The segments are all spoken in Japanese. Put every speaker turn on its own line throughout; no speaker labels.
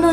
の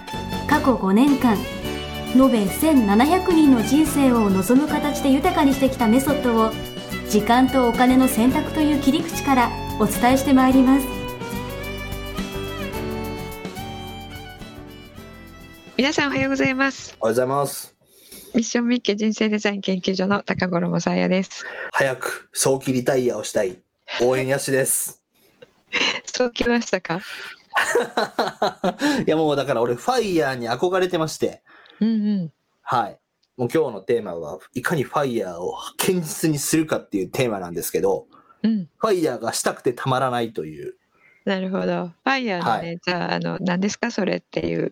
過去5年間延べ1700人の人生を望む形で豊かにしてきたメソッドを時間とお金の選択という切り口からお伝えしてまいります
皆さんおはようございます
おはようございます。
ミッションミッケ人生デザイン研究所の高頃もさやです
早く早期リタイアをしたい。応援やしです。
そうきましたか
いやもうだから俺ファイヤーに憧れてまして、
うんうん
はい。もう今日のテーマはいかにファイヤーを堅実にするかっていうテーマなんですけど、
うん
ファイヤーがしたくてたまらないという。
なるほどファイヤーのね、
は
じゃああの何ですかそれって いう、ね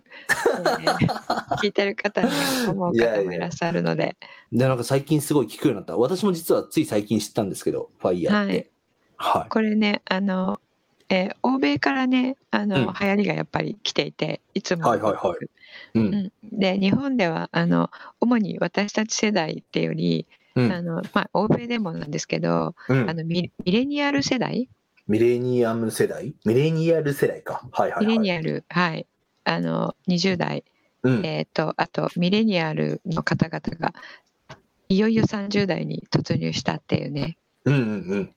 聞いてる方に思う方もいらっしゃるので
で、なんか最近すごい聞くようになった。私も実はつい最近知ったんですけど、ファイヤーっ
はい
て。はい。
これねあの、えー欧米からねあの、
うん
流行りがやっぱり来ていていつも、
はいはいはいうん
う。ん、で日本ではあの主に私たち世代っていうより、
うん
あのまあ、欧米でもなんですけど、
うん
あのミミレニアル世代
ミレニアム世代ミレニアル世代か。はいはいはい。
ミレニアル、はい、あの20代、
うん。
えー、とあとミレニアルの方々がいよいよ30代に突入したっていうね、
うんうん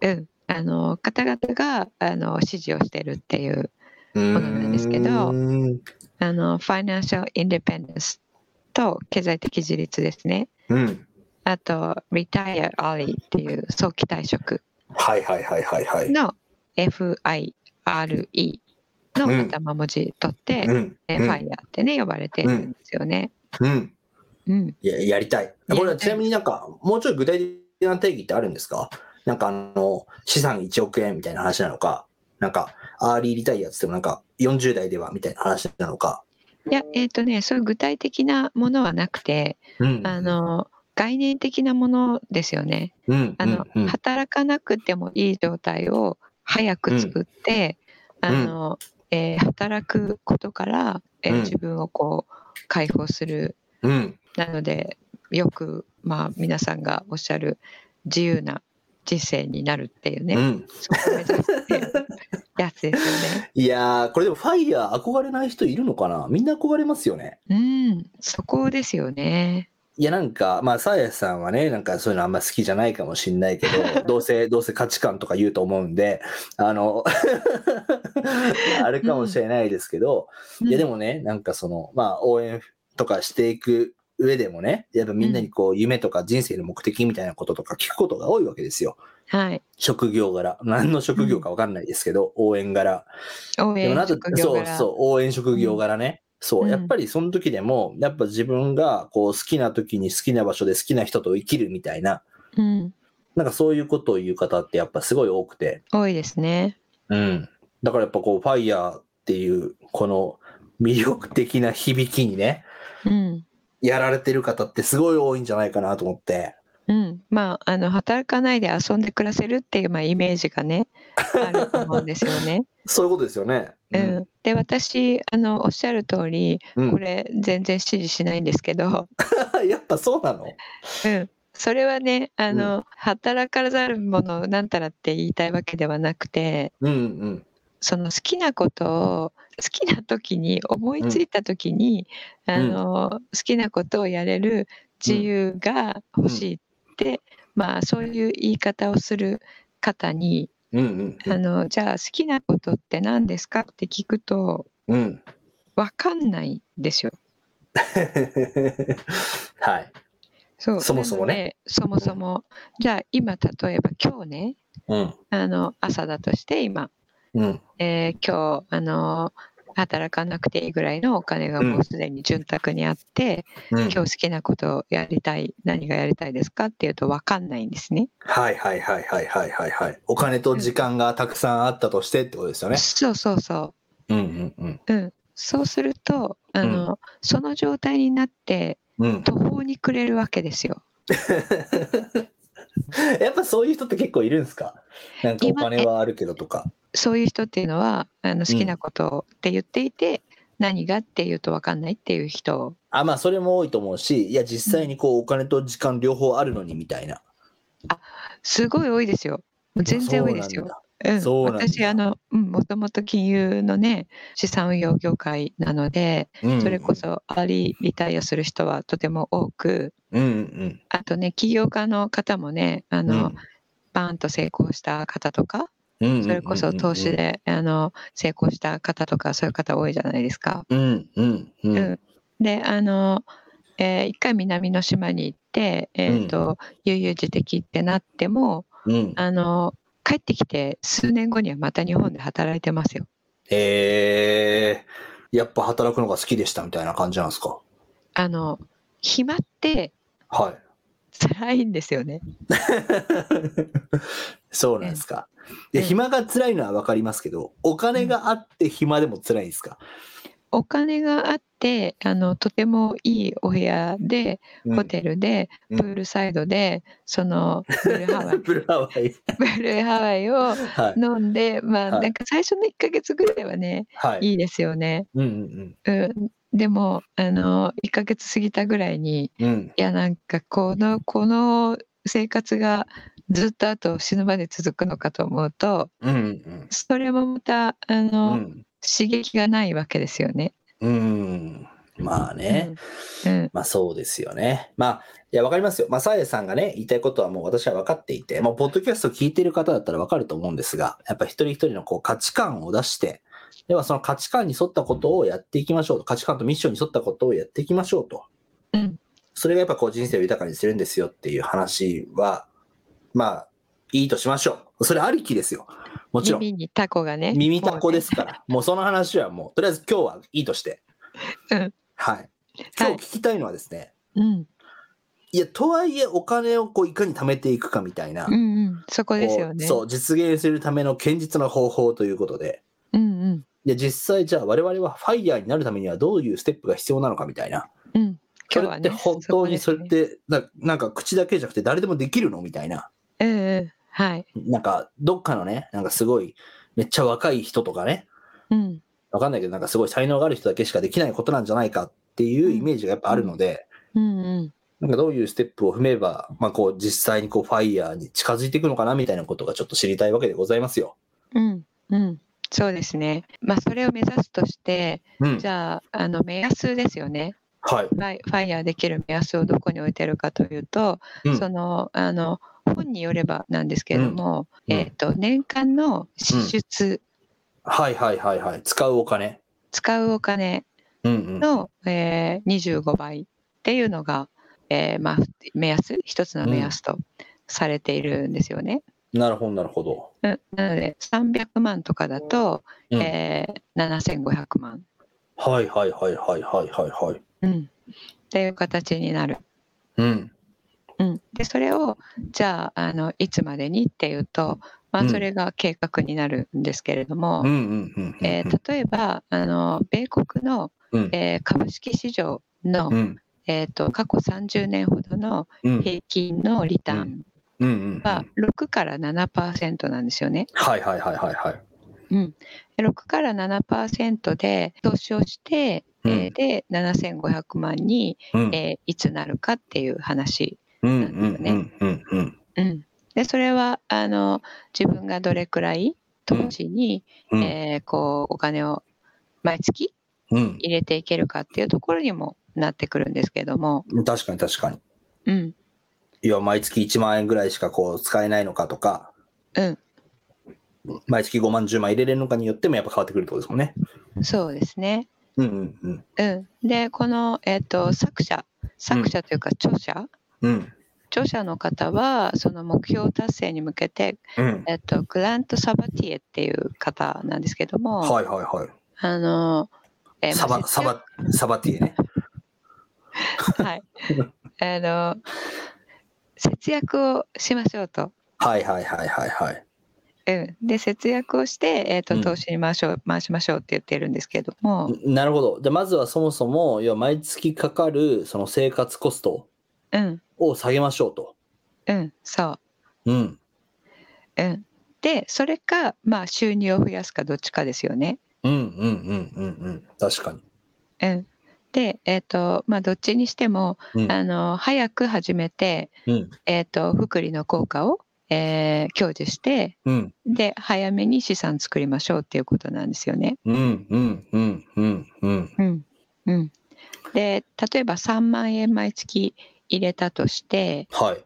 うん、あの方々があの支持をしてるっていう
うん。
そうなんですけど
うん
あのファイナンシャル・インデペンデンスと経済的自立ですね
うん。
あとリタイア・アリーっていう早期退職
はいはいはいはいはい。
の FIRE の頭文字取って、
うん。
え
う
フ
ん
ァイヤーってね呼ばれてるんですよね。
うん。
うん
いや、やりたい。これはちなみになんか、もうちょい具体的な定義ってあるんですかなんかあの、資産1億円みたいな話なのか、なんか、アーリーリタイアっつってもなんか、40代ではみたいな話なのか。
いや、えっ、とね、そういう具体的なものはなくて、
うん
あ、の、概念的なものですよね。
うん、
あの、
うん、
働かなくてもいい状態を早く作って、
ん
あの、えー働くことから、えー
うん
自分をこう、解放する。
うん、
なので、よく、まあ、皆さんがおっしゃる自由な人生になるっていうね、
うん。
そこを目指すっていうやつですよね。
いやー、これでもファイヤー憧れない人いるのかなみんな憧れますよね。
うん、そこですよね。
いや、なんか、まあ、サーヤさんはね、なんかそういうのあんま好きじゃないかもしんないけ ど、どうせ、どうせ価値観とか言うと思うんで、あの、 あれかもしれないですけど、いやで
も、
もね、なんかその、まあ、応援とかしていく上でもね、やっぱみんなにこう、夢とか人生の目的みたいなこととか聞くことが多いわけですよ。
はい。
職業柄。何の職業かわかんないですけど、応援柄。
応
でも
援
なんか
職業
そ
柄
うそう、応援職業柄ね。そうう、
ん
やっぱりその時でも、やっぱ自分がこう、好きな時に好きな場所で好きな人と生きるみたいな、
うん、
なんかそういうことを言う方ってやっぱすごい多くて、
多いですね。
うん。だからやっぱこう、ファイヤーっていう、この魅力的な響きにね、
うん、
やられてる方ってすごい多いんじゃないかなと思って。
うん、まああの働かないで遊んで暮らせるっていうまあイメージがねあると思うんですよ ね。
そういうことですよね。
うん、で私あのおっしゃる通り
うん
これ全然支持しないんですけど、
やっぱそうなの
うん、それはねあの、働かざる者なんたらって言いたいわけではなくて
うんうん。
その好きなことを好きな時に思いついた時に、あの好きなことをやれる自由が欲しいって、まあそういう言い方をする方に、
うんう
あ
ん
のじゃあ好きなことって何ですかって聞くと
うん。うん。
分かんないんですよ。
はい。
そう
そもそもね
なのでそもそも、じゃあ今例えば今日ね
うん。
あの朝だとして今、
うん。
えー今日あの働かなくていいぐらいのお金がもうすでに潤沢にあって、
うん。
今日好きなことをやりたい何がやりたいですかっていうと分かんないんですね。
はいはいはいはいはいはいはい。お金と時間がたくさんあったとしてってことですよね。
そうそうそ
うんうんうん。
う。うん。そうするとあの、その状態になって
うん。
途方に暮れるわけですよ。
やっぱそういう人って結構いるんですかなんかお金はあるけどとか。
そういう人っていうのはあの好きなことって言っていて、何がっていうと分かんないっていう人
あ、まあそれも多いと思うし、いや実際にこうお金と時間両方あるのにみたいな。
すごい多いですよ。全然多いですよ。うん
そうなんだ
私あの、うん、もともと金融のね資産運用業界なので
そうなんだ。
それこそアーリーリタイアする人はとても多く
うんうん
あとね起業家の方もねあ
うん。う
の、
ん
バーンと成功した方とか
うんうんうんうん
それこそ投資。であの成功した方とかそういう方多いじゃないですか。
うんうんう。
うんん、であの、えー一回南の島に行って、えーと悠々自適ってなっても
うん。
あの帰ってきて数年後にはまた日本で働いてますよ。
えー、やっぱ働くのが好きでしたみたいな感じなんですか
あの暇って
はい。
辛いんですよね。
そうなんですか。い
ええ
や、暇が辛いのはわかりますけど、お金があって暇でも辛いんですか、
お金があってあのとてもいいお部屋でホテルで、
うん
プールサイドでそのプールハワ イ
ブルーハワイ。
プールハワイを
はい。
飲んでまあ
はい
なんか最初の1ヶ月ぐらいはね
はい。
いいですよね。
うんうん
うん、でもあの1ヶ月過ぎたぐらいに
うん。うん。
いやなんかこのこの生活がずっとあと死ぬまで続くのかと思うと
うんうん
それもまたあ
うん。
の、
うん
刺激がないわけですよね。
うん。まあね。
うん
まあそうですよね。まあ、いや、わかりますよ。まあ、サーヤさんがね、言いたいことはもう私は分かっていて、まあ、ポッドキャストを聞いてる方だったら分かると思うんですが、やっぱ一人一人のこう価値観を出して、ではその価値観に沿ったことをやっていきましょうと、価値観とミッションに沿ったことをやっていきましょうと。
うん
それがやっぱこう人生を豊かにするんですよっていう話は、まあ、いいとしましょう。それありきですよ。もちろん。
耳にタコがね
耳たこですすから。もうその話はもう、とりあえず今日はいいとして。
うん
はい。今日聞きたいのはですね、
うん
いや、とはいえお金をこういかに貯めていくかみたいな、
うんうんそこですよ
こ
ね
うそう、実現するための堅実な方法ということで、
うんうん
いや実際じゃあ我々はファイヤーになるためにはどういうステップが必要なのかみたいな、
うん
そ
今日
れ
は
って
ね
本当にそれってななんか口だけじゃなくて誰でもできるのみたいな、
こですねうんうんはい
なんかどっかのね、なんかすごいめっちゃ若い人とかね、
うん
わかんないけどなんかすごい才能がある人だけしかできないことなんじゃないかっていうイメージがやっぱあるので、
うんうん
なんかどういうステップを踏めば、まあ、こう実際にこうファイヤーに近づいていくのかなみたいなことがちょっと知りたいわけでございますよ。
うんうんそうですねまあそれを目指すとして
うん
じゃああの目安ですよね
はい。
ファイファイヤーできる目安をどこに置いてるかというと、
うん
そのあの本によればなんですけれども、
うんうん
えっと年間の支出、
はいはいはいはい。使うお金。
使うお金
うんうん。
の、えー、25倍っていうのが、えーまあ、目安一つの目安とされているんですよね。
なるほどなるほど。
うんなので300万とかだと、
うん
えー、7500万、
はいはいはいはいはいはいはい。
うん、っていう形になる。
うん。
うん、でそれをじゃああのいつまでにっていうと、ま
う
あ、
ん
それが計画になるんですけれども、
うんうんうんうん。
えー例えばあの米国の、
うん
えー株式市場の、
うん
えー、と過去30年ほどの
うん
平均のリターン
うんうん。は
は6から7%なんですよね。
いはいはいはいはい。
うん、6から7%で投資をして、
うん
えーで7500万に、
うん
えーいつなるかっていう話。
うん
なんですよね
うんうん
うん、でそれはあの自分がどれくらい投資に、
うんうん
えーこうお金を毎月
うん
入れていけるかっていうところにもなってくるんですけども、
うん。確かに確かに。
うん
いや、毎月1万円ぐらいしかこう使えないのかとか、
うん、
毎月5万10万入れれるのかによってもやっぱ変わってくるってことですもんね。
そうですね。
うんうんうん。
うん、でこの、えっと作者作者というか著者、
うん。
著者の方はその目標達成に向けて、
うん。
えっとグラント・サバティエっていう方なんですけども、
はいはいはい。
あの、えー
サ
まあ
バ、
節
サ
約
バ、サバティエね。
はい、あの節約をしましょうと。
はいはいはいはいはい。
うん、で節約をして、えー、
う
と
ん
投資に回しょう回しましょうって言ってるんですけども、
なるほど。じゃあまずはそもそも、要は毎月かかるその生活コスト
うん
を下げましょうと。
うんそう
うん。
うん、でそれか、まあ、収入を増やすかどっちかですよね。
うんうんうんうんうん。確かに。
うん、で、えーとまあ、どっちにしても
うん
あの早く始めて、
うん
えー、と福利の効果を、えー享受して
うん
で早めに資産作りましょうっていうことなんですよね。
うんうんうんうんうん。
うんうん、で例えば3万円毎月入れたとして、
はい。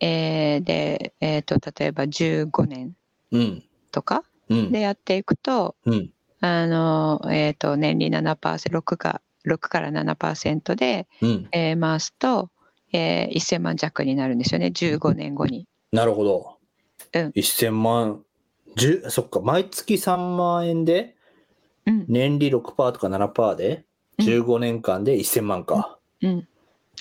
えーで、えー、と例えば15年
うん
とか
うん
でやっていくと、
うん
あの、えっ、と、年利7%、6か、6から7%で、
うん。
えー回すと、えー、1000万弱になるんですよね、15年後に。
なるほど。
うん
1000万。10そっか毎月3万円で
うん、
年利6%とか7%で
うん
15年間で1000万か、
うん。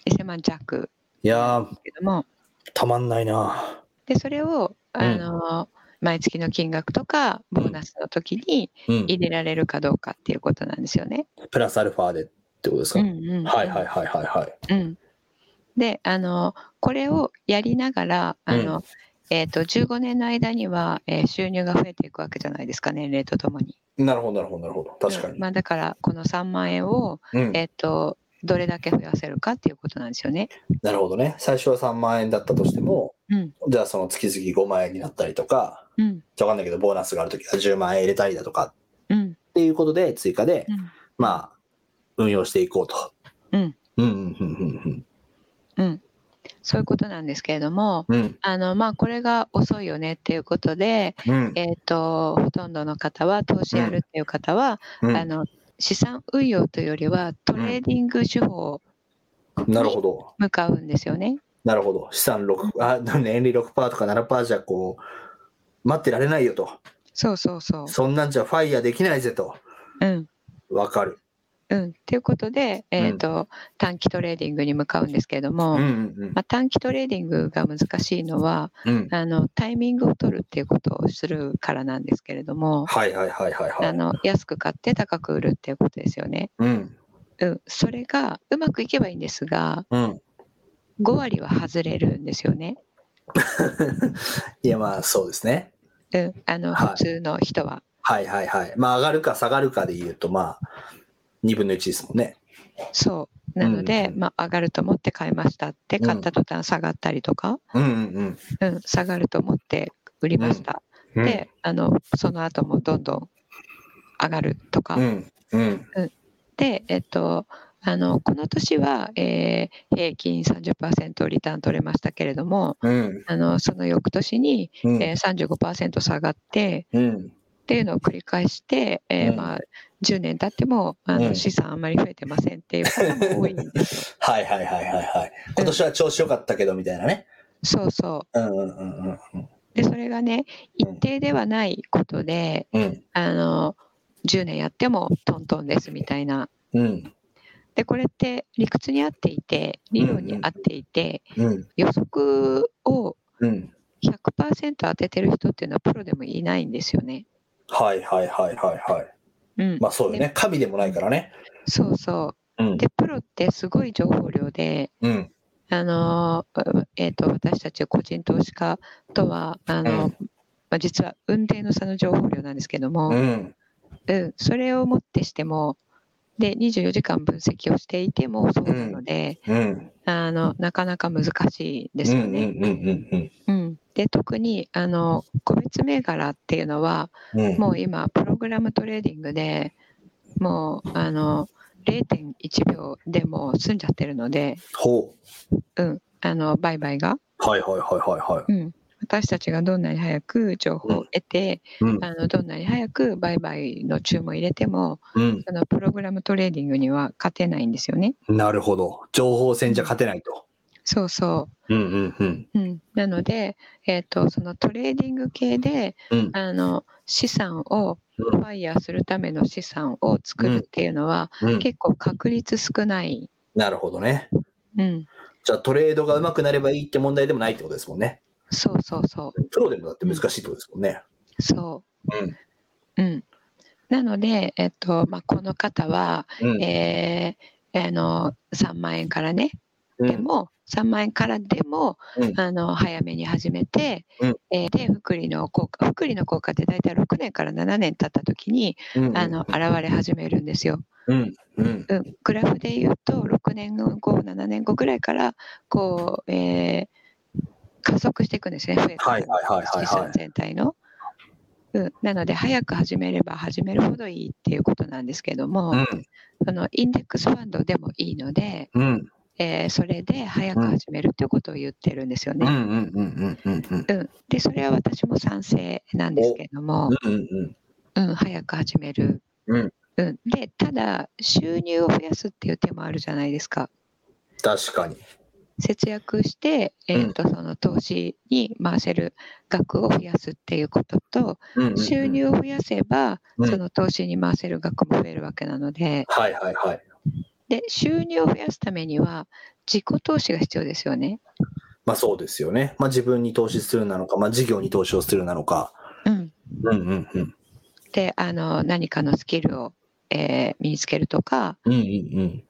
1000万弱
いやー
だけども、
たまんないな
で、それを、
ん
あの、毎月の金額とか、ボーナスの時に
うん
入れられるかどうかっていうことなんですよね。
プラスアルファでってことです
う
か、
んうん。
はいはいはいはいはい
うん、であのこれをやりながらあの、えー、と15年の間には、えー収入が増えていくわけじゃないですか年齢とともに。
なるほど、なるほど、なるほど。確かに。
まあ、だからこの3万円を、
うん、
えー、とどれだけ増やせるかっていうことなんですよね。
なるほどね。最初は3万円だったとしても、
うん
じゃあその月々5万円になったりとか、
うん
わかんないけど、ボーナスがあるときは10万円入れたりだとか
うん
っていうことで、追加で、
うん
まあ、運用していこうと。
うん。
うん、うん、うん、
うん、そういうことなんですけれども
うん。うん、
あの、まあ、これが遅いよねっていうことで、
うん、
えー、とほとんどの方は投資やるっていう方は、
うん
あの資産運用というよりはトレーディング手法
なるほど。
向かうんですよね。
なるほど。資産6、あ、年利6%とか7%じゃこう、待ってられないよと。
そうそうそう。
そんなんじゃファイヤーできないぜと。
うん
わかる。
うん、ということで、えーと短期トレーディングに向かうんですけれども、
うん、う
ま
ん、
あ、短期トレーディングが難しいのは
うん。うん。
あのタイミングを取るっていうことをするからなんですけれども、
はいはいはいはいは
あ
い。
の安く買って高く売るっていうことですよね。
うん、
うん、それがうまくいけばいいんですが
うん。
5割は外れるんですよね、
いやまあそうですね。
うん、あの
はい
普通の人は。
はいはいはい。まあ上がるか下がるかで言うとまあ2分の1ですもんね。
そうなので、
うん
まあ、上がると思って買いましたって買った途端下がったりとか、
うんうん
うん、下がると思って売りました、
うん。
であのその後もどんどん上がるとか、
うんうん
で、えっと、あのこの年は、えー平均30%リターン取れましたけれども
うん
あのその翌年に、
うんうん
えー、35%下がって
うん
っていうのを繰り返して、えー
うん
まあ、10年経ってもあの、
うん
資産あんまり増えてませんっていう方も多いんです よ。
はいはいはいはいはい。今年は調子良かったけどみたいなね。
そうそ
うんうんうんうん
うでそれがね一定ではないことで
うん
あの10年やってもトントンですみたいな
うん
でこれって理屈に合っていて理論に合っていて、
うん
予測を
うん。
100%当ててる人っていうのはプロでもいないんですよね。
はいはいはいはいはい。
うん
まあそうよね。神でもないからね。
そうそうう。
ん
でプロってすごい情報量で、
うん
あのーえー、と私たち個人投資家とはあの、
うん
まあ、実は運転の差の情報量なんですけども、
う
うん
ん
それをもってしてもで24時間分析をしていてもそうなので、
うんうん
あのなかなか難しいで
うんう
すよね。
んうん
うん、で特にあの個別銘柄っていうのは
うんうん。
もう今プログラムトレーディングでもうあの0.1秒でもう済んじゃってるので、
ほ
うん、あの売買が、
う。はいはいはいはいは
うん、私たちがどんなに早く情報を得て、
い。うん
あのどんなに早く売買の注文を入れても
うん。
そのプログラムトレーディングには勝てないんですよね。
なるほど。情報戦じゃ勝てないと。
そうそ
うんうんうん。
う、うん、なので、えー、とそのトレーディング系で
うん
あの資産を
う
フ
ん
ァイヤーするための資産を作るっていうのは、
うん
結構確率少ない、
なるほどね。
うん、
じゃあトレードがうまくなればいいって問題でもないってことですもんね。
そうそうそう
プロでもだって難しいってことですもんね。
そう。うん。なので、えっと、まあ、この方は、
うんうん
えーあの、3万円からね、
うん
でも、3万円からでも、
うん
あの、早めに始めて、
うん
えーで、福利の効果、福利の効果って大体6年から7年経った時に、
うん
あの、現れ始めるんですよ。
うんうん
うん、グラフで言うと、6年後、7年後ぐらいから、こう、えー加速していくんですね、増えていく
はいはいはいはい
資
は
産全体の。うん、なので早く始めれば始めるほどいいっていうことなんですけども、
い。
そのインデックスファンドでもいいので、
うんうん
えーそれで早く始めるっていうことを言ってるんですよ
うんう
ね。
んうんうんうん
うん、でそれは私も賛成なんですけども、
うんうん
うん、早く始める、
うん
うん、でただ収入を増やすっていう手もあるじゃないですか
確かに。
節約して、えー、とその投資に回せる額を増やすっていうことと、
うんうんうん
収入を増やせば、
うん
その投資に回せる額も増えるわけなので
はいはいはい。
で収入を増やすためには自己投資が必要ですよね。
まあそうですよね。まあ自分に投資するなのか、まあ事業に投資をするなのか。
うん、
うんうんうん。
であの何かのスキルを、えー身につけるとか
うんうん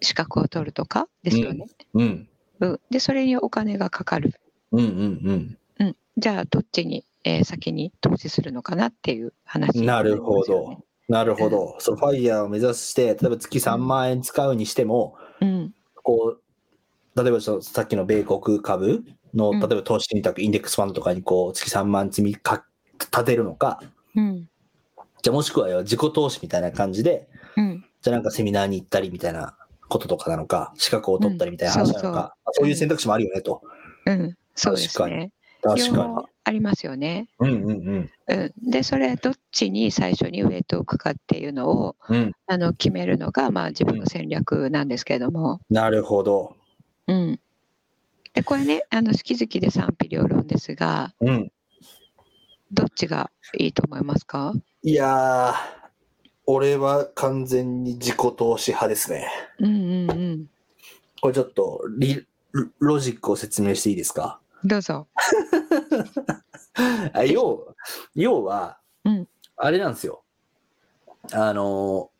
資格を取るとかですよね。
うん。うん
うん、でそれにお金がかかる。
うんうん
うん、じゃあどっちに、えー先に投資するのかなっていう話に
な
り
る
ま
ほ
すよね
ど。。なるほど。そのファイヤーを目指して、例えば月3万円使うにしても、
うん
こう、例えばそのさっきの米国株の、
うん
例えば投資信託、インデックスファンドとかにこう月3万積みか立てるのか、
うん
じゃあもしくはよ自己投資みたいな感じで、
うん
じゃあなんかセミナーに行ったりみたいなこととかなのか、資格を取ったりみたいな話なのか、
うん
ま
そうそう
あそういう選択肢もあるよねと。
うん、そうです
確か
ね。
確
両
か
方ありますよね。
に。うんうんうん。
うん、でそれどっちに最初にウエイトを置くかっていうのを
うん、
あの決めるのが、まあ、自分の戦略なんですけれども、
なるほど。
うん、でこれねあの好き好きで賛否両論ですが
うん。
どっちがいいと思いますか
いやー、俺は完全に自己投資派ですね。
うんうんうん
これちょっとリロロジックを説明していいですか
どうぞ。
あ要要は、
うん
あれなんですよ。あのーも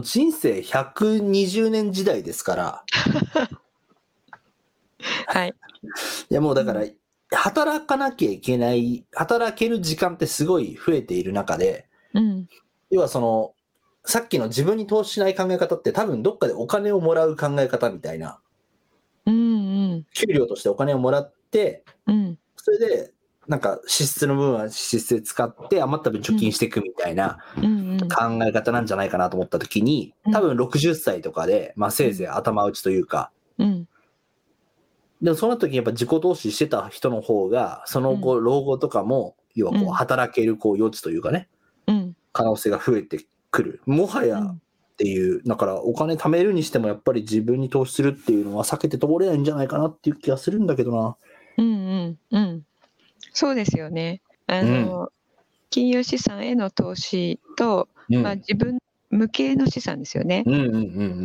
う人生120年時代ですから、
はい、
いやもうだから、働かなきゃいけない、働ける時間ってすごい増えている中で、
うん
要はその、さっきの自分に投資しない考え方って多分どっかでお金をもらう考え方みたいな、
うんうん
給料としてお金をもらって、
うん
それで、なんか支出の分は支出で使って余った分貯金していくみたいな
うんうん
考え方なんじゃないかなと思った時に
うん
多分60歳とかで、まあ、せいぜい頭打ちというか
うん
でもその時にやっぱ自己投資してた人の方がその後老後とかも要は
う
こ
ん
う働けるこう余地というかね
うん
可能性が増えてくるもはやっていうだからお金貯めるにしてもやっぱり自分に投資するっていうのは避けて通れないんじゃないかなっていう気がするんだけどな
うんうんうん、そうですよね。あの、金融資産への投資と、
うん
まあ、自分無形の資産ですよね。
うんうんう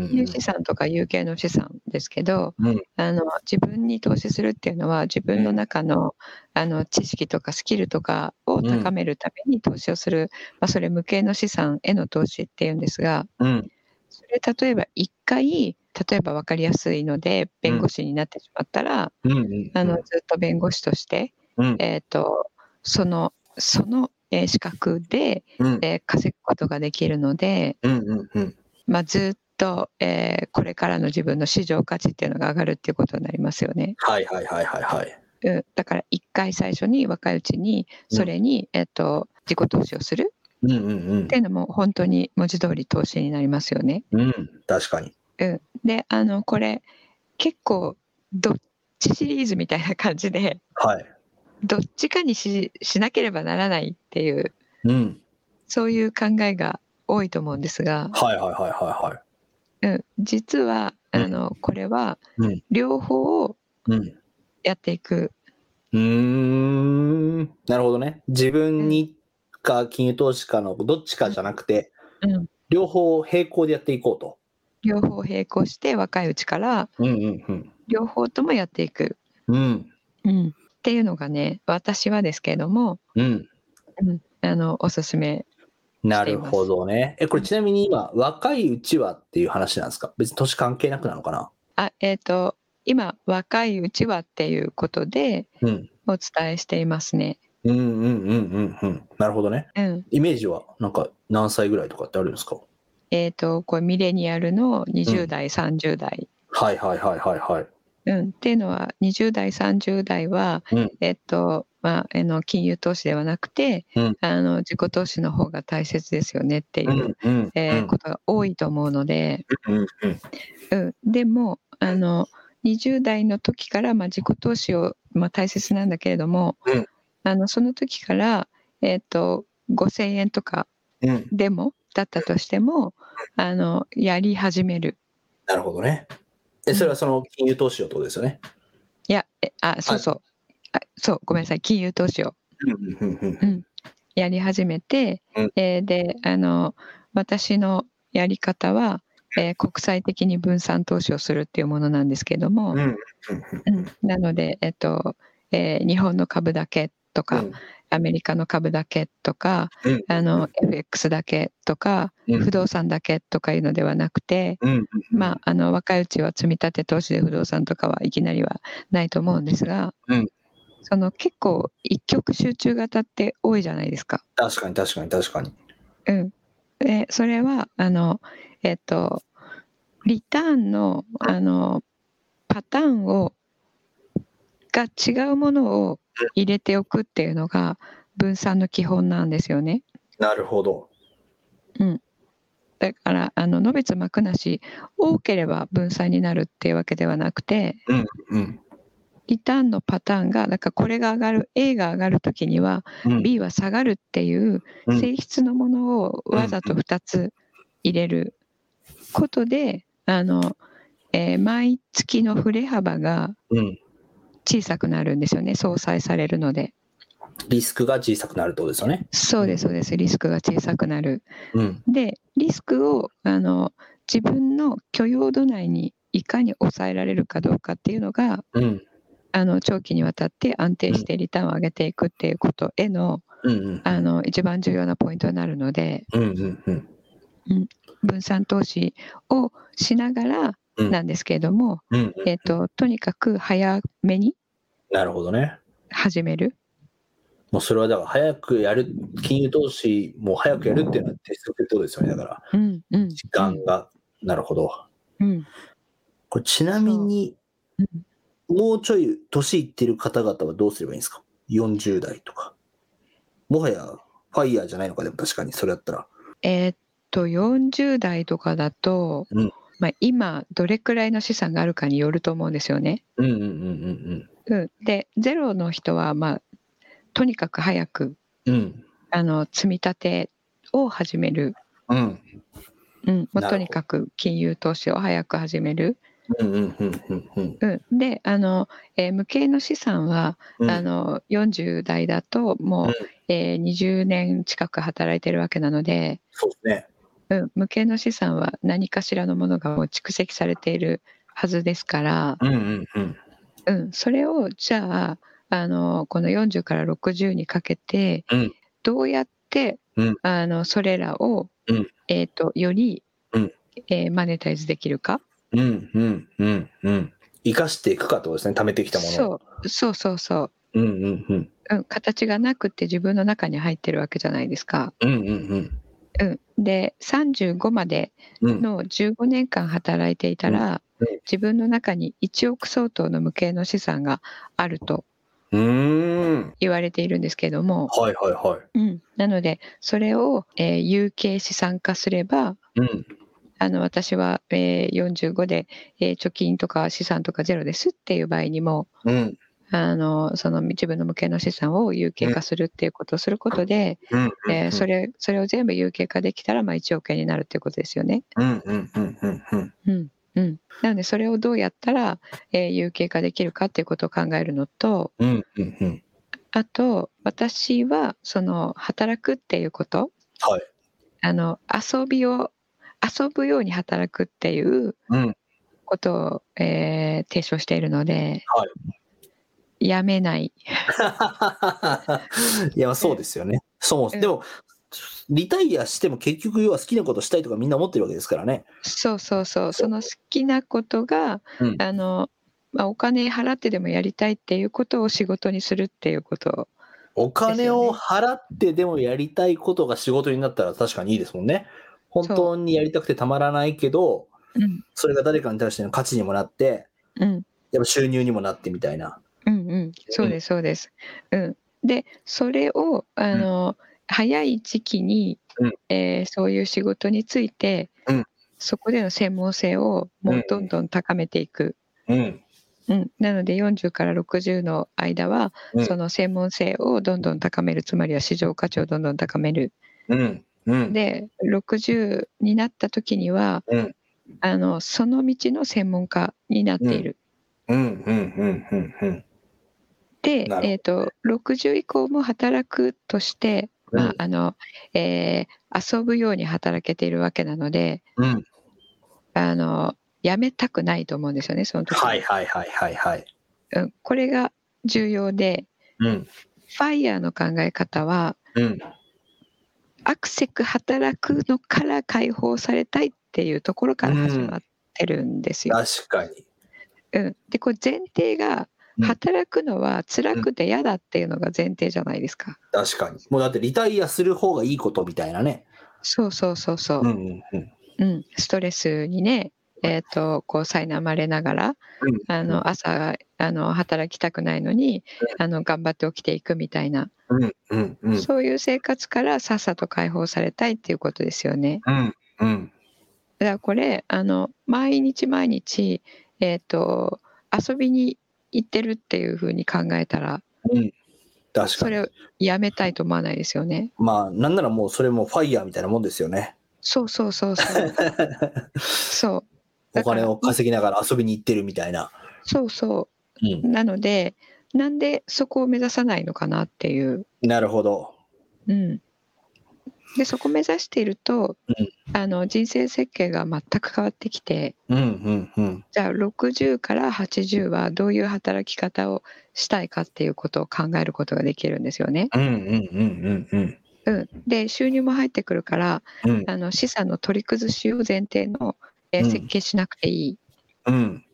ん
金融資産とか有形の資産ですけど、
うん
あの自分に投資するっていうのは自分の中の,、あの知識とかスキルとかを高めるために投資をする、まあ、それ無形の資産への投資っていうんですが
うんうん
それ例えば一回例えば分かりやすいので弁護士になってしまったら、
うんうん
あのずっと弁護士として
うん
えー、とそのその、えー資格で、
うん
えー稼ぐことができるので、
うんうんうん
まあ、ずっと、えーこれからの自分の市場価値っていうのが上がるっていうことになりますよね。
はいはいはいはいはい
うん、だから一回最初に若いうちにそれに、えー、と自己投資をする
うんうんうん
っていうのも本当に文字通り投資になりますよね。
うん確かに
うん、であのこれ結構どっちシリーズみたいな感じで
はい
どっちかにししなければならないっていう
うん
そういう考えが多いと思うんですが、
はいはいはいは
うん、実は
うん
あのこれは
うん
両方を
いはい。
やっていく、
うん。うーん。なるほどね。自分にか金融投資かのどっちかじゃなくて、
うん、
両方並行でやっていこうと。
両方並行して若いうちから
うんうんうん。
両方ともやっていく、
うん。
うん、っていうのがね私はですけれども
うん。
あのおすすめ
なるほどね。え、これちなみに今、若いうちはっていう話なんですか別に年関係なくなのかな
あえっ、と今若いうちはっていうことで
うん。
お伝えしていますね。
うんうんうんうんうん。なるほどね。
うん、
イメージは、なんか何歳ぐらいとかってあるんですか
えっ、とこれミレニアルの20代、30代、
はいはいはいはいはい。
うん、っていうのは20代30代は、
うん
えっとまあ、あの金融投資ではなくて、
うん
あの自己投資の方が大切ですよねっていう、
うん
えーことが多いと思うので、
うんうん
うん、でもあの20代の時から、まあ、自己投資を、まあ、大切なんだけれども、
うん
あのその時から、えっと5,000円とか
うん。
でもだったとしてもあのやり始める
なるほどね。え、それはその金融投資をってことですよね。
いやえあそうそう、あそうごめんなさい金融投資を
うんうんうん
やり始めて、
うん
えーであの私のやり方は、えー国際的に分散投資をするっていうものなんですけども、
うんうん
うんなので、えっとえー日本の株だけとか、アメリカの株だけとか
うん
あの FX だけとか、
うん
不動産だけとかいうのではなくて、
うん
まあ、あの若いうちは積み立て投資で不動産とかはいきなりはないと思うんですが、
うん
その結構一極集中型って多いじゃないですか。
確かに確かに確かに。
うん、でそれはあのえっとリターンのあのパターンをが違うものを入れておくっていうのが分散の基本なんですよね。
なるほど。
だからあののべつ幕なし多ければ分散になるっていうわけではなくて
うん。
リターンのパターンがだからこれが上がる A が上がる時には B は下がるっていう
うん
性質のものをわざと2つ入れることで、あのえー毎月の振れ幅が
うん。
小さくなるんですよね相殺されるので
リスクが小さくなるってことですよね。
そうですそうですリスクが小さくなる
うん。
でリスクをあの自分の許容度内にいかに抑えられるかどうかっていうのが
うん。
あの長期にわたって安定してリターンを上げていくっていうことへの
うん
あの一番重要なポイントになるので、
うんうんうん
分散投資をしながら
うん
なんですけれども、
うん。
えっととにかく早めに
なるほどね。
始める
もうそれはだから早くやる、金融投資も早くやるっていうのは鉄則ってことですよね。だから、
うんうん
時間が。なるほど。
うん
これちなみに、
うん
もうちょい年いってる方々はどうすればいいんですか ?40 代とか。もはや、ファイヤーじゃないのか、でも確かに、それだったら。
えっと40代とかだと、
うん
まあ、今どれくらいの資産があるかによると思うんですよね。
うんうんうん
うん、でゼロの人は、まあ、とにかく早く
うんうん。うん。
あの積み立てを始める、
うん。
うん
なるほ
ま
ど
あ、とにかく金融投資を早く始める、
うんうんうんうんうん
うん、であの、えー無形の資産は
うん。
あの40代だともう、
うん
えー20年近く働いてるわけなので、
そうですね。
うん、無形の資産は何かしらのものがもう蓄積されているはずですから、
うんうんうん。
うん、それをじゃああのこの40から60にかけて、
うん
どうやって、
うん
あのそれらを、
うん
えー、とより、
うん
えーマネタイズできるか
うんうんうんうん。生かしていくかってことですね、貯めてきたものを。
そうそうそうそう、
う。んうんうん。
うん、形がなくて自分の中に入ってるわけじゃないですか。
うんうん
うん、で35まで
うん。うん
の15年間働いていたら、
うんうん
自分の中に1億相当の無形の資産があると
うーん。
言われているんですけれども、
はいはいは
うん、なのでそれを、えー有形資産化すれば
い。うん。
あの私は、えー45で、えー貯金とか資産とかゼロですっていう場合にも
うん。
あのその自分の無形の資産を有形化するっていうことをすることで、
うん。
えーそれそれを全部有形化できたら、まあ、1億円になるっていうことですよね。
うんうんうんうんうん。
うんうん、なのでそれをどうやったら、えー有形化できるかっていうことを考えるのと
うんうんうん。
あと私はその働くっていうこと、
はい
あの遊びを遊ぶように働くっていう
うん
ことを、えー提唱しているので、
は
やめない、
いや、まあそうですよね。そう
うん
でも、リタイアしても結局、要は好きなことしたいとかみんな思ってるわけですからね。
そうそうそうその好きなことが、
うん
あのまあ、お金払ってでもやりたいっていうことを仕事にするっていうこと
お金
ですよ
を
ね
払ってでもやりたいことが仕事になったら確かにいいですもんね。本当にやりたくてたまらないけど、
うん
それが誰かに対しての価値にもなって、
うん
やっぱ収入にもなってみたいな。
うんうんそうですそうです、うん、でそれをあの、早い時期に、
うん
えーそういう仕事について、
うん
そこでの専門性をもうどんどん高めていく、
うん。
うん、なので40から60の間は、
うん
その専門性をどんどん高めるつまりは市場価値をどんどん高める
うん。うん。
で60になった時には、
うん
あのその道の専門家になっている、
うん。うん。うん。うん。うん。
で
な、るほど
えー、と60以降も働くとして、まああのえー遊ぶように働けているわけなので
うん。
あの辞めたくないと思うんですよねその時、
はいはいはいはいはい。
うんこれが重要で
うん。
ファイヤーの考え方は
うん。
アクセク働くのから解放されたいっていうところから始まってるんですよ。
確かに。
うんでこう前提が
うん
働くのは辛くて嫌だっていうのが前提じゃないですか。
確かに。もうだってリタイアする方がいいことみたいなね。
そうそうそうそう。
うんうんう
う
ん。
ん、ストレスにね、えー、とこう苛まれながら
うん
あの朝あの働きたくないのにあの頑張って起きていくみたいな、
うんうんうん。
そういう生活からさっさと解放されたいっていうことですよね。
うんうん。
だからこれあの毎日毎日、えー、と遊びに行ってるっていうふうに考えたら
確
そ
かに。
れをやめたいと思わないですよね。
まあ、なんならもうそれもファイヤーみたいなもんですよね。
そうそうそうそう そう
お
だから
金を稼ぎながら遊びに行ってるみたいな。
そうそう
うん。
なのでなんでそこを目指さないのかなっていう、
なるほど。
うん、でそこを目指していると、
うん
あの人生設計が全く変わってきて
うんうんうん。
じゃあ60から80はどういう働き方をしたいかっていうことを考えることができるんですよね。
うんうんうんうんうん。
うん、で収入も入ってくるから
うん
あの資産の取り崩しを前提の、えー
うん
設計しなくていい。
うん。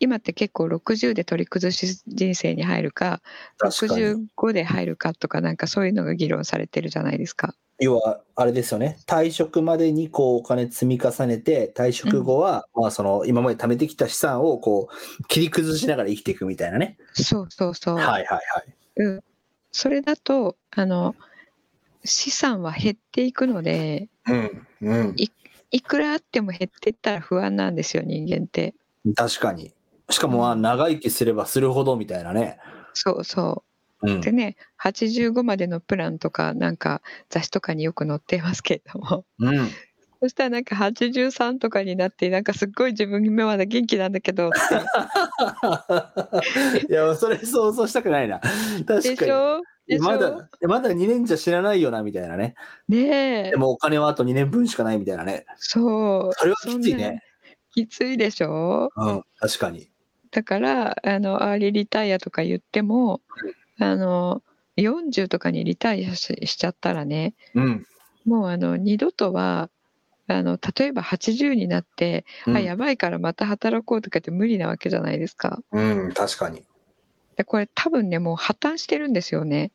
今って結構60で取り崩し人生に入るか
確かに。
65で入るかとかなんかそういうのが議論されてるじゃないですか。
要は、あれですよね。退職までにこうお金積み重ねて、退職後は、まあその今まで貯めてきた資産をこう切り崩しながら生きていくみたいなね。
そうそうそう。
はいはいはい。
うん、それだとあの資産は減っていくので
うんうん。
いくらあっても減っていったら不安なんですよ人間って。
確かに。しかもまあ長生きすればするほどみたいなね。
そうそうう。
ん
でね85までのプランとかなんか雑誌とかによく載ってますけれども。
うん。
そしたらなんか83とかになってなんかすっごい自分今まで元気なんだけど
いや、それ想像したくないな。確
で
か
し
に。
ょでし
ま
ょ
だ、まだ2年じゃ知らないよな、みたいなね。
ねえ
でもお金はあと2年分しかないみたいなね。
そう
それはきつい
そんな
ね。
きついでしょ
うん、確かに。
だからあのアーリーリタイアとか言ってもあの40とかにリタイアししちゃったらね
うん。
もうあの二度とはあの例えば80になって、
うん
あやばいからまた働こうとかって無理なわけじゃないですか
うん、確かに。
でこれ多分ねもう破綻してるんですよね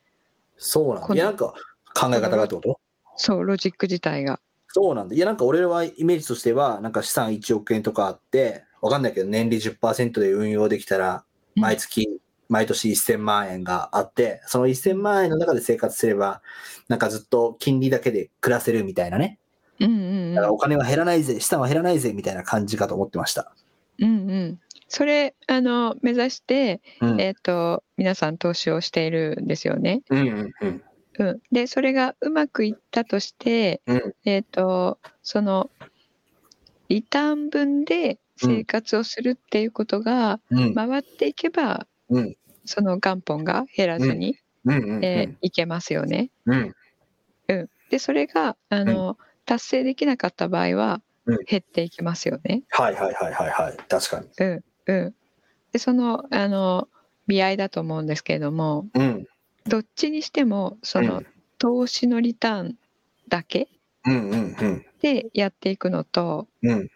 そうなん
この
だ。いや、なんか考え方がってこと
そうロジック自体が
そうなんだ。いや、なんか俺はイメージとしては、なんか資産1億円とかあって、わかんないけど、年利10%で運用できたら、
うん
毎月、毎年1000万円があって、その1000万円の中で生活すれば、なんかずっと金利だけで暮らせるみたいなね。
うんうん
だから
う
お金は減らないぜ、資産は減らないぜ、みたいな感じかと思ってました。
んうんうんそれあの目指して、
うん。
えっと皆さん投資をしているんですよね
うんうんうん。
うん、でそれがうまくいったとして、
うん
えー、とそのリターン分で生活をするっていうことが
うん。
回っていけば、
うん
その元本が減らずに、
うんうんうん
えーいけますよね。
うん。
でそれがあの、達成できなかった場合は
うん
減っていきますよね。
はいはいはいはいはい。確かに。
うんうん、でそのあの見合いだと思うんですけれども
うん。
どっちにしてもその、
うん
投資のリターンだけ
うんうんうん
でやっていくのと
うん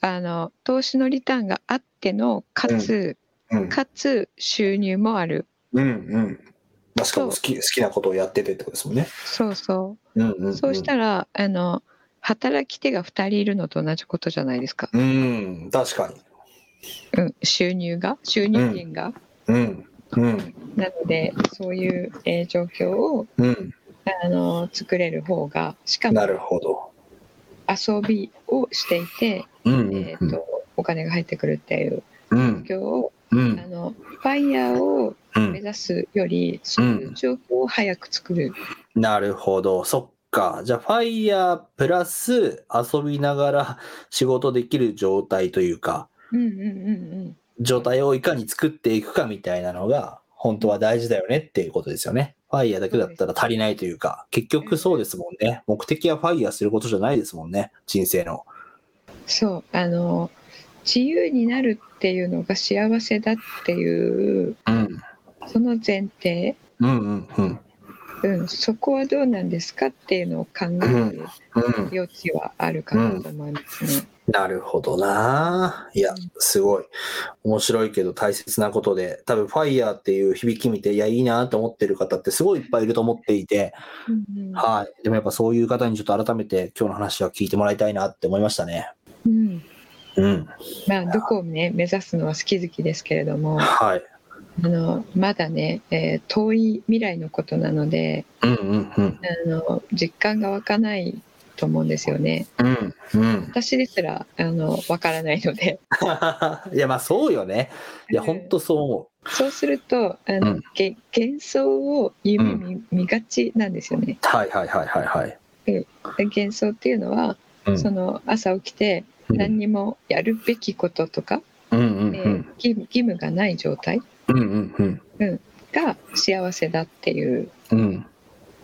あの投資のリターンがあってのかつ、
うん
かつ収入もある
うんうんまあしかも好き好きなことをやっててってことですもんね
そうそ
うんうんう
うんそうしたらあの働き手が2人いるのと同じことじゃないですか、
うん確かに
うん、収入が収入源が、
うんうん
なのでそういう、えー状況を
うん
あの作れる方がしかも
なるほど
遊びをしていて、
うんう
え
んう
ー、
ん
とお金が入ってくるっていう
うん
状況を
うん
あのバイヤーを
うん
目指すよりそういう状況を早く作る、
なるほど。そっか。じゃあ、ファイヤープラス遊びながら仕事できる状態というか、
うんうんうん
状態をいかに作っていくかみたいなのが、本当は大事だよねっていうことですよね。ファイヤーだけだったら足りないというか、結局そうですもんね。目的はファイヤーすることじゃないですもんね。人生の。
うんそうあの自由になるっていうのが幸せだっていう
うん。
その前提、
うんうんうん。
うん、そこはどうなんですかっていうのを考える
うん。
余地はあるかなと思いますね。
なるほどな。いや、すごい。面白いけど大切なことで、多分ファイヤーっていう響き見て、いや、いいなと思ってる方ってすごいいっぱいいると思っていて、
うんうん
はい。でもやっぱそういう方にちょっと改めて今日の話は聞いてもらいたいなって思いましたね。
うん
うん。
まあ、どこをね目指すのは好き好きですけれどもあ
はい。
のまだね、えー遠い未来のことなので
うんうんうん。
あの実感が湧かないと思うんですよね
うんうん。
私ですらあのわからないので
いや、まあそうよね。いや、
うん
ほんとそう思う。
そうするとあの、
うん
げ幻想を夢見,、見がちなんですよね
はいはいはいはいはい。
で幻想っていうのは、
うん
その朝起きて何にもやるべきこととか、
うんうん
え
う
ー
ん。
義務義務がない状態
うんうんうん。
が幸せだっていう
うん。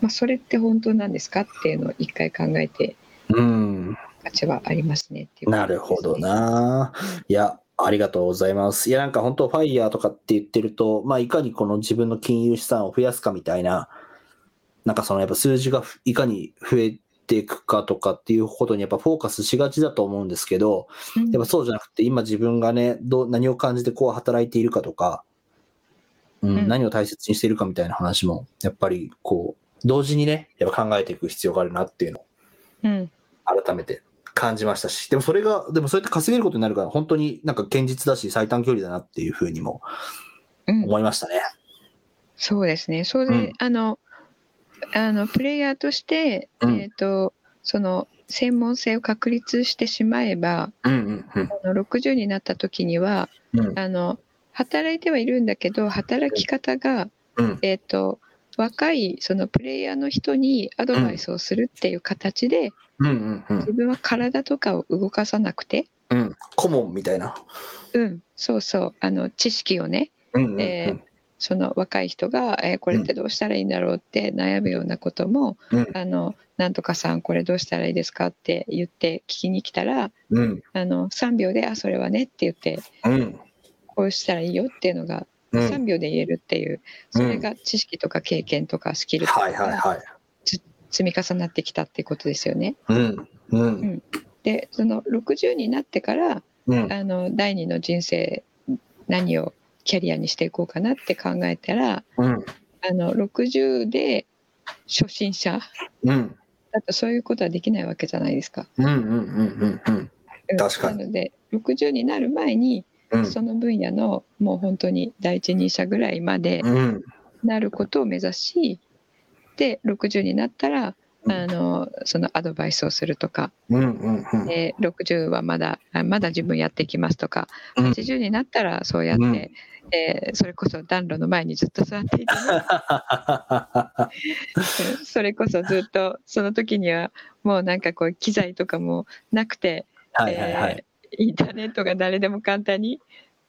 まあ、それって本当なんですかっていうのを一回考えて
うん。
価値はありますねっていう、
なるほど。な。いや、ありがとうございます。いや、なんか本当ファイヤーとかって言ってると、まあいかにこの自分の金融資産を増やすかみたいな、なんかそのやっぱ数字がふいかに増えていくかとかっていうことにやっぱフォーカスしがちだと思うんですけど、
うん
やっぱそうじゃなくて今自分がね、どう何を感じてこう働いているかとか、うん
うん
何を大切にしているかみたいな話も、やっぱりこう、同時にね、やっぱ考えていく必要があるなっていうのを
うん
改めて感じましたし、でもそれが、でもそうやって稼げることになるから、本当になんか現実だし、最短距離だなっていうふうにも
うん
思いましたね。
そうですねそれで、
うん
あのあのプレイヤーとして、
うん
えー、とその専門性を確立してしまえば
うんうん
あの60になった時には
うん
あの働いてはいるんだけど働き方が、
うん
えー、と若いそのプレイヤーの人にアドバイスをするっていう形で、
うんうんうん
自分は体とかを動かさなくて、
うん。顧問みたいな。
うん、そうそうあの知識をね
うんうんうん
えーその若い人が、えーこれってどうしたらいいんだろうって悩むようなことも、
うん
あのなんとかさんこれどうしたらいいですかって言って聞きに来たら
うん
あの3秒で「あそれはね」って言って
うん
こうしたらいいよっていうのが
う
3
ん。
秒で言えるっていうそれが知識とか経験とかスキルと
は
か
いはい
が
はい。
積み重なってきたっていうことですよね。
うんうん
でその60になってから
うん
あの第二の人生何をキャリアにしていこうかなって考えたら
うん
あの60で初心者
うん
だとそういうことはできないわけじゃないですか。
うんうんうんうん
うん
確かに
なので60になる前に
うん
その分野のもう本当に第一人者ぐらいまで
うん
なることを目指しで60になったら
うん
あのそのアドバイスをするとか、
うんうんうん
えー60はまだあまだ自分やってきますとか
うん
80になったらそうやって、
うん
えーそれこそ暖炉の前にずっと座っていてね、 うんそれこそずっとその時にはもうなんかこう機材とかもなくて、
はいはいはい。
えーインターネットが誰でも簡単に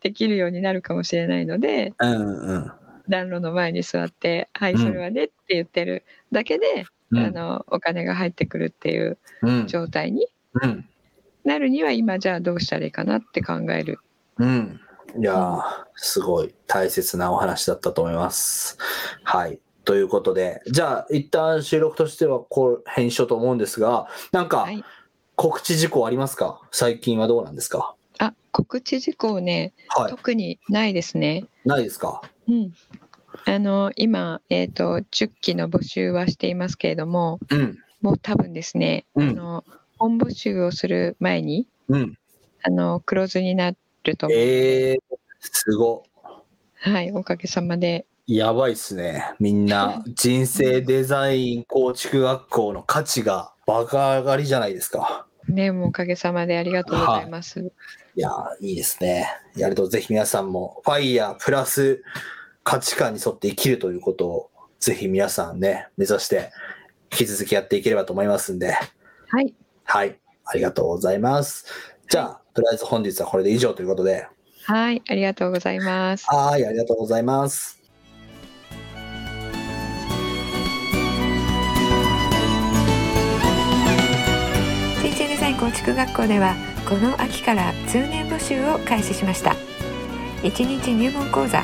できるようになるかもしれないので
うんうん
暖炉の前に座って「は
う
い
ん
それはね」って言ってるだけで、あのお金が入ってくるっていう
うん
状態に
うん
なるには今じゃあどうしたらいいかなって考える。
うん。いやー、すごい大切なお話だったと思います。はい。ということで、じゃあ、一旦収録としてはこう編集と思うんですが、なんか
はい
告知事項ありますか最近はどうなんですか
あ告知事項ね、
は
特にないですね。
い。ないですか
うん、あの今、えーと、10期の募集はしていますけれども、
うん。
もう多分ですね、
う
あ
ん。
の本募集をする前に
うん。
あのクローズになると思う、
えー、すご。
はい、おかげさまで。
やばいっすね。みん な、人生デザイン構築学校の価値がバカ上がりじゃないですか。
ね、もうおかげさまでありがとうございます。
いやー、いいですね。いやると、ぜひ皆さんも、ファイヤープラス価値観に沿って生きるということを、ぜひ皆さんね、目指して、引き続きやっていければと思いますんで、
はい、
はい。ありがとうございます。じゃあ、とりあえず本日はこれで以上ということで、
はい、ありがとうございます。
はい、ありがとうございます。
人生デザイン構築学校ではこの秋から通年募集を開始しました一日入門講座